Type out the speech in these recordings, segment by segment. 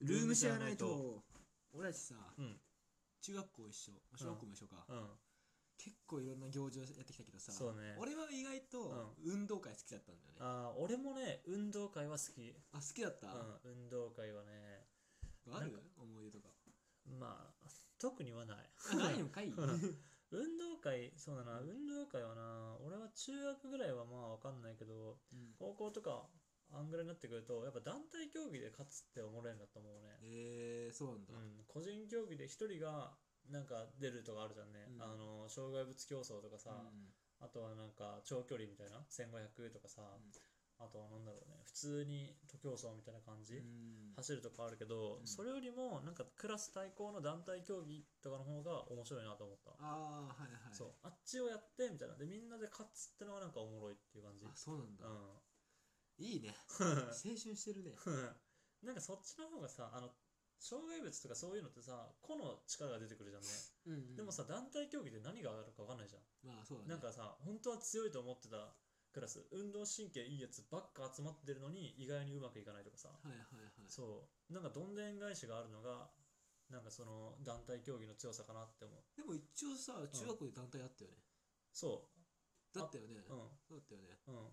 ルームシェアナイト俺たちさうん中学校一緒小学校も一緒か、うん結構いろんな行事をやってきたけどさそうね俺は意外と運動会好きだったんだよね、あー俺もね運動会は好き、あ好きだった、うん、運動会はねあなるんか思い出とかまあ特にはないあないのかいん運動会そうだな運動会はな俺は中学ぐらいはまあわかんないけどうん高校とかあんぐらいになってくるとやっぱ団体競技で勝つっておもろいんだと思うね、えー、そうなんだ、うん、個人競技で一人がなんか出るとかあるじゃんね、うんあの障害物競争とかさ、あとはなんか長距離みたいな1500とかさ、あとはなんだろうね普通に徒競走みたいな感じ、うんうん走るとかあるけど、うんそれよりもなんかクラス対抗の団体競技とかの方が面白いなと思った、ああはいはいそうあっちをやってみたいなでみんなで勝つってのはなんかおもろいっていう感じあそうなんだ、ういいねん青春してるね なんかそっちの方がさあの障害物とかそういうのってさ個の力が出てくるじゃんね、うん、うんでもさ団体競技で何があるか分かんないじゃん、まあそうだねなんかさ本当は強いと思ってたクラス運動神経いいやつばっか集まってるのに意外にうまくいかないとかさ、はいはいはいそうなんかどんでん返しがあるのがなんかその団体競技の強さかなって思うでも一応さ中学校で団体あったよね、そだったよね、ううんそうだったよねうん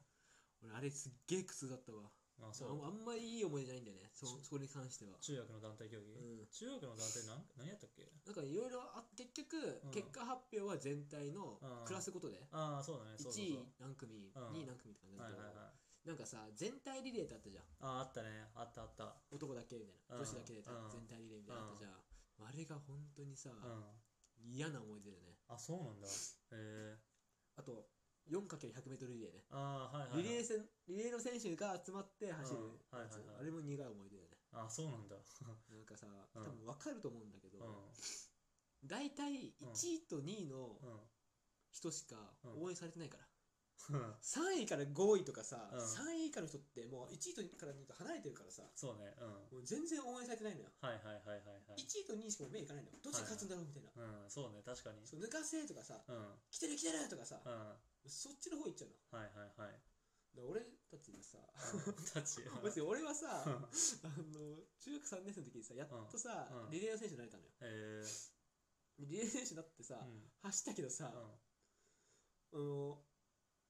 俺あれすっげえ苦痛だったわああんそうあんまりいい思いじゃないんだよねそそうそこに関しては、中学の団体競技、うん、中学の団体なん何やったっけなんかいろいろあ結局、うん結果発表は全体のうんクラスごとで、ああそうだねそ1うそう位何組、うん2位何組って感じそうだけはいど、はいはいなんかさ全体リレーってあったじゃんあああったねあったあった男だけみたいな、うん女子だけでうん全体リレーみたいなのあったじゃん、あれが本当にさ、うん嫌な思い出だよねあそうなんだへえあと 4×100m リレーねああはいはい、はい、リレー戦リレーの選手が集まって走るやつ、うんはいはいはいあれも苦い思い出だよねああそうなんだなんかさ、うん多分分かると思うんだけど、うん大体1位と2位のう人しかうん応援されてないから、ん3位から5位とかさ、うん3位以下の人ってもう1位とから2位と離れてるからさ そうねうんもう全然応援されてないのよはいはいはいはいは1い位と2位しかもう目いかないのよどっちが勝つんだろうみたいな、うんそうね確かにそう抜かせとかさうんうん来てる来てるとかさ、はそっちの方行っちゃうのいはいはいだから俺たちがさ たち別に俺はさうあんの中学3年生の時にさやっとさ、うんうんリレーの選手になれたのよえリレー選手になってさ、ーうん走ったけどさ、うあの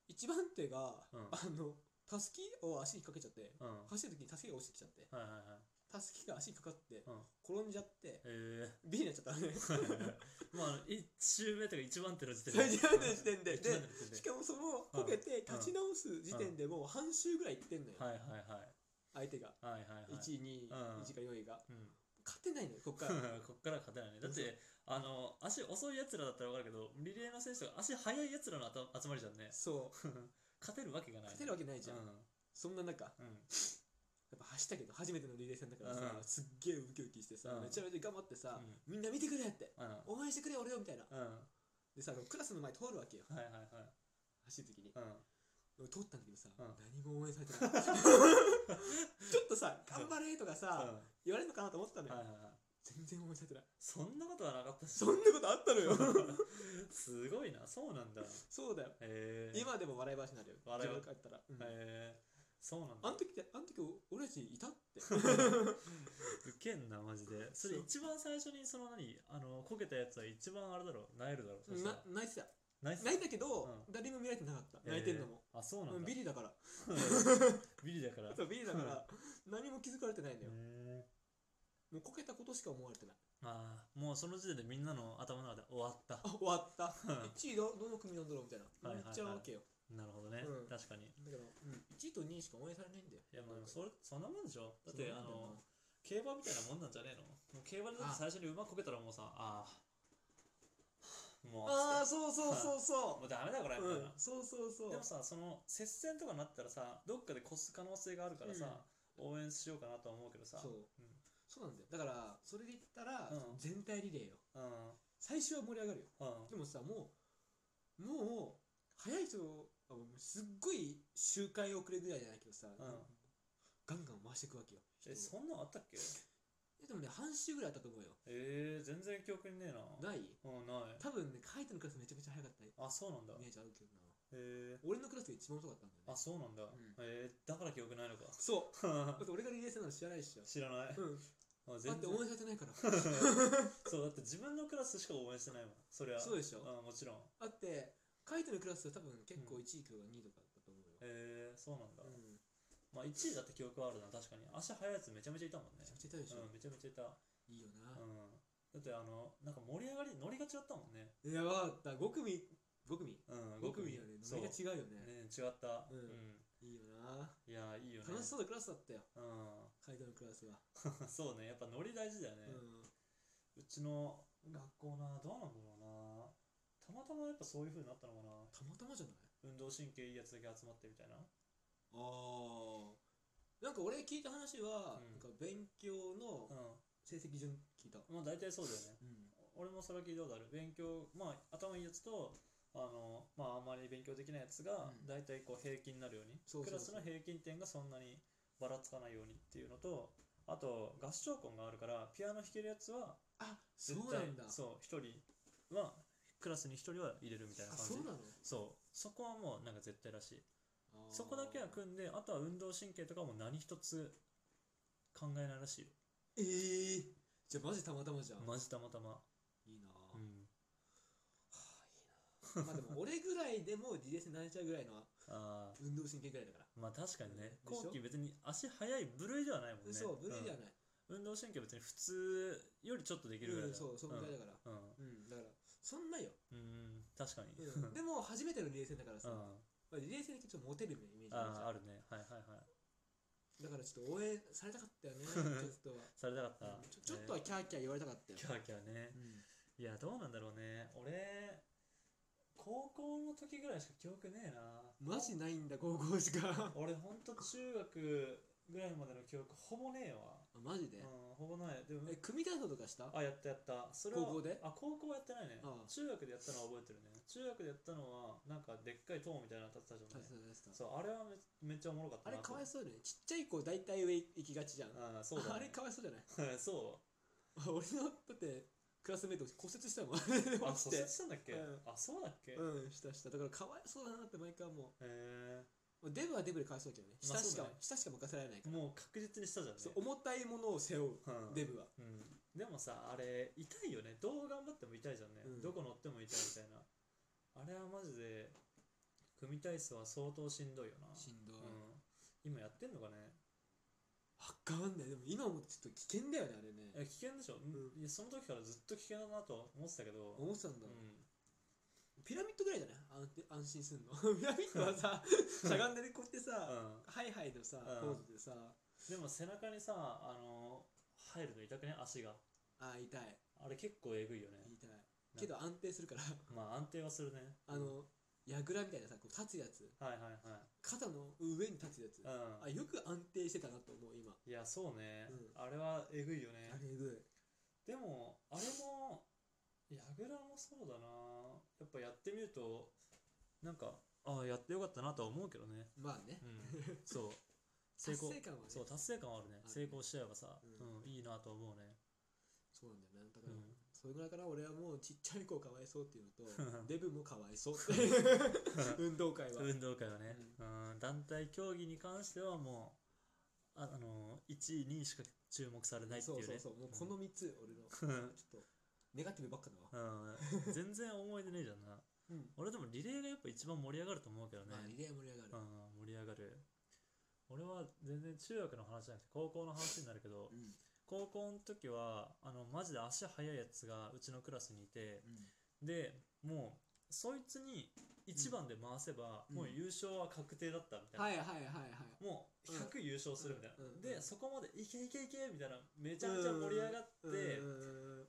1番手が、うんあのたすきを足にかけちゃってんうんはい走る時にたすきが落ちてきちゃってはいはいたすきが足にかかってうん転んじゃってえ B になっちゃったのねーまあ一周目とか一番手の時点最初の時点で一番で手の時し点でかもそのこけて立ち直す時点でもう半周ぐらいいってんのよはいはいはい相手がはいはいはい1位2位うん1位か4位がうん勝てないのよこっからこっから勝てないねだってあの足遅いやつらだったら分かるけどリレーの選手とか足速いやつらのあた集まりじゃんねそう勝てるわけがない勝てるわけないじゃんうそんな中やんうんっぱ走ったけど初めてのリレー戦だからさうんすっげえウキウキしてさうんめちゃめちゃ頑張ってさうんみんな見てくれってうん応援してくれ俺よみたいなうんでさクラスの前通るわけよはいはいはい走る時にうん通ったんだけどさうん何も応援されて ないちょっとさ頑張れとかうんさ言われるのかなと思ってたのはいはいよはい全然応援されてないそんなことはなかったしそんなことあったのよすごいなそうなんだそうだよへえ今でも笑い話になるよ笑い話自分帰ったら、うんへえそうなんあだの時ってあの時俺たちいたってウケんなマジでそれそう一番最初にその何あのこけたやつは一番あれだろなえるだろそしたなら泣いてたナイス泣いたけど、う誰も見られてなかった泣いてんのも、へーあそうなうんんビだリだから ビリだからそうビリだから何も気づかれてないんだよ、へもうこけたことしか思われてないーあーもうその時点でみんなの頭の中で終わった あ終わったうん1位どどの組なんだろうみたいなはいはい言っちゃうわけよ、なるほどねうん確かにいだから、うん、1位と2位しか応援されないんだよやまなんあかそれそんなもんでしょだっそうてなあんだよなの競馬みたいなもんなんじゃねえのもう競馬でだって最初に馬こけたらもうさああもうああそうそうそうそ もうダメだこれう、みたいなうん、そうそうそうでもさその接戦とかになったらさどっかで越す可能性があるからさ、応援しようかなとは思うけどさそうそうなんだよだからそれで言ったら、うん全体リレーようんうん最初は盛り上がるようんでもさもうもう早い人あもうすっごい周回遅れぐらいじゃないけどさ、んガンガン回していくわけよ人をえそんなのあったっけいやでもね半周ぐらいあったと思うよえー、全然記憶にねえなないうんない多分ねカイトのクラスめちゃめちゃ早かったイあそうなんだメージあるけどなへえ俺のクラスで一番遅かったんだよねあそうなんだ、んえー、だから記憶ないの かそうだって俺がリレー戦なの知らないっしょ知らないうんあだ全って然応援されてないから そうだって自分のクラスしか応援してないもんそれはそうでしょあもちろんだってカイトのクラスは多分結構う1位とか2位とかだったと思うよ、えー、そうなんだ、うん、めまあ1位だった記憶はあるな確かに足速いやつめちゃめちゃいたもんねちゃめちゃいたでしょ、うんめちゃめちゃいた、ういいよな、ん、だってあのなんか盛り上がりノリが違ったもんねいやばかった5組5組うん5組はねそノうリが違ねうよね違ったうんいいよないやいいよね楽しそうなクラスだったようんカイトのクラスは、 そうねやっぱノリ大事だよね、うんうちの学校などうなんだろうなたまたまやっぱそういう風になったのかなたまたまじゃない運動神経いいやつだけ集まってみたいなああなんか俺聞いた話は、うんなんか勉強のう成績順聞いた、んまあ大体そうだよねうん俺もそれは聞いたことある勉強まあ頭いいやつとあのまああんまり勉強できないやつがうん大体こう平均になるように、そうそうそうクラスの平均点がそんなにばらつかないようにっていうのとあと合唱コンがあるからピアノ弾けるやつはあそ絶うな対んだそう一人はクラスに一人は入れるみたいなあ感そうじなのそうそこはもうなんか絶対らしいあーそこだけは組んであとは運動神経とかも何一つ考えないらしいよえー、じゃあマジたまたまじゃん、マジたまたまいいな、うはんあいいな まあでも俺ぐらいでもう DS に慣れちゃうぐらいのああ運動神経ぐらいだから、まあ確かにねうんでしょ後期別に足速い部類ではないもんねそう無理じゃうんない、運動神経別に普通よりちょっとできるぐらういん、だそうそうぐらいだかかららうんうん、だからそんなよ、うん確かにう うんん、でも初めてのリレー戦だからさ、あまあ、リレー戦でちょっとモテるイメージになっちあゃあうるねはいはいはいだからちょっと応援されたかったよねちょっとはされたかったうんちょちょっとはねキャーキャー言われたかったよ、キャーキャーねうんいやどうなんだろうね俺高校の時ぐらいしか記憶ねえなマジないんだ高校しか俺ほんと中学ぐらいまでの記憶ほぼねえわあマジで、うんほぼないでもえ組体操とかしたあやったやったそれは高校であ高校はやってないねああ中学でやったのは覚えてるね中学でやったのはなんかでっかい塔みたいなの立ってたじゃん体ね操体操そうあれはめめっちゃおもろかっあたれなかわいそそうだよねちっちゃい子大体上行きがちじゃん、ああそうだ、あね、れかわいそうじゃないそ俺のだってクラスメート骨折したもん うあ落ちて骨折したんだっうけ、んあそうだっけ、へうんしたしただからかわいそうだなって毎回もえうデブはデブでかわいそうだけどねまあ下しか、そうだね下しか任せられないからもう確実にしたじゃんねそう重たいものを背負う、うんデブはうん、でもさあれ痛いよねどう頑張っても痛いじゃんね、うんどこ乗っても痛いみたいなあれはマジで組体操は相当しんどいよなしんどい、うん、今やってんのかねわかんないでも今もちょっと危険だよねあれねえ危険でしょ、んいやその時からずっと危険だなと思ってたけど、思ってたんだ、うピラミッドぐらいじゃない安安心す んのピラミッドはさしゃがんでるこうやってんさ、うん、ハイハイのさ、うんポーズでさでも背中にさあの入るの痛くね足があー痛いあれ結構えぐいよね痛いけど安定するからまあ安定はするねあのやぐらみたいなさこう立つやつはいはいはい肩の上に立つやつうんあよく安定してたなと思う今いやそうね、うんあれはえぐいよあねれえぐいでもあれも矢倉もそうだなやっぱやってみるとなんかああやってよかったなとは思うけどねまあねうん そう成達功成感はねそう達成感はあるねあるね成功しちゃえばさ、ううんんいいなとは思うねそうなんだよねだかうら、んそれぐらいから俺はもうちっちゃい子かわいそうっていうの とデブもかわいそうっていう運動会は運動会はね、うん団体競技に関してはもうああのー1位2位しか注目されないってそいううねそうそうもうこの3つ俺のちょっとネガティブばっかだわ、うんうん全然思い出ねえじゃんな うん俺でもリレーがやっぱ一番盛り上がると思うけどね、まあ、リレー盛り上がる、うん、盛り上がる俺は全然中学の話じゃなくて高校の話になるけどうん高校の時はあのマジで足速いやつがうちのクラスにいてうんでもうそいつに1番で回せば、うんもう優勝は確定だったみたいな、はいはいはいはいもう100優勝するみたいな、うんうんでそこまでいけいけいけみたいなめちゃめちゃ盛り上がって、う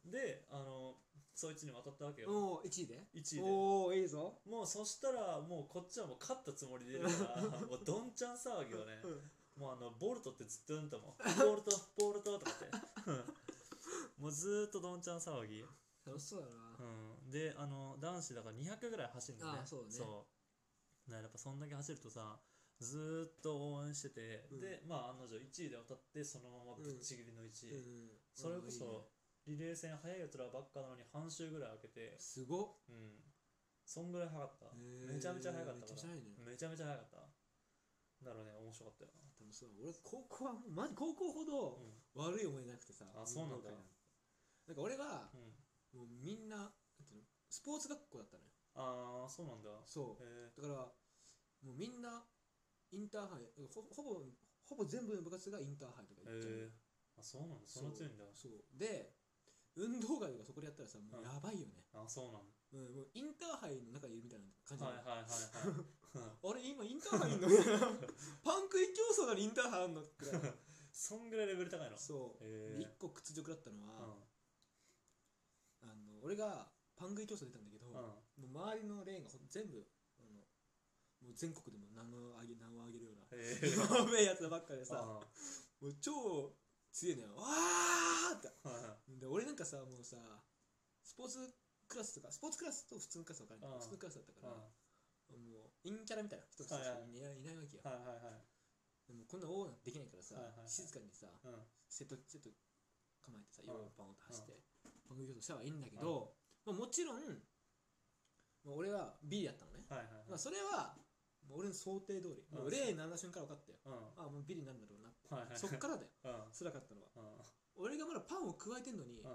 んであのそいつに渡ったわけよ、おー1位で1位でおおいいぞもうそしたらもうこっちはもう勝ったつもりでいるからもうどんちゃん騒ぎ をねうんもうあのボルトってずっと言うんだもんボルトボルトとか ってうんもうずーっとどんちゃん騒ぎ、楽しそうだな、うん、であの男子だから200ぐらい走るんだねあーそうねそうだからやっぱそんだけ走るとさずーっと応援してて、うんでまあ案の定1位で渡ってそのままぶっちぎりの1位、うんそれこいいねそリレー戦早いやつらばっかなのに半周ぐらい開けてすごっうんそんぐらい早かった、へーめちゃめちゃ早かっためちゃめかちゃら早いねめちゃめちゃ早かっただからね面白かったよ楽しそう俺高校はもうマジ高校ほどな、うん悪い思いなくてさ、さあそうなん運動だ会なんか俺はうん、もうみんななんていうのスポーツ学校だったのよああそうなんだそうへだからもうみんなインターハイほほぼほぼ全部の部活がインターハイとかえ行っちゃう、へえあそうなんだそんな強いんだそうで運動会とかそこでやったらさもううんやばいよね、あそうなんだうん、もうインターハイの中にいるみたいな感じなはのいはいはいはいあれ今インターハイの パン食い競争ならインターハイあんのってくらい のそんぐらいレベル高いのそう、へでえ一個屈辱だったのうは、んあの俺がパン食い競争出たんだけど、うんもう周りのレーンがほん全部あのもう全国でも名を上げ名を上げるようなへえ やべえやつらばっかでささもう超強いのよわーってで俺なんかさもうさスポーツクラスとかスポーツクラスと普通のクラスは分かんない、うん普通のクラスだったから、はもう陰キャラみたいな人たちしかいない,、い、ないわけよ、いはいはいでもこんなオーナーできないからさ、はいはいはい静かにさうんセットセット構えてさうん夜バンと走って番組表としたはいいんだけど、まあ、もちろん、まあ、俺は B だったのね、はいはいまはあ、いそれはもう俺の想定通りうんもう例になら瞬間分かったようんああもうビリになるんだろうなってはいはいそっからだようん辛かったのはうん俺がまだパンを加えてんのにうもん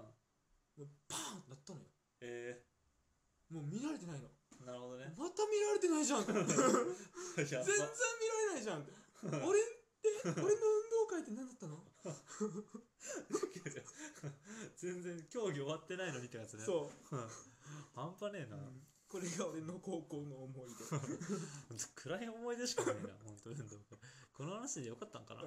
うパーンってなったのよえもう見られてないのえなるほどねまた見られてない じゃんって全然見やられないじゃんって俺っばて俺の運動会って何だ ったの 全然競技終わってないのにってやつねそううん 半端ねえ な、うんこれが俺の高校の思い出 暗い思い出しかねえな本当運動会この話でよかったんかな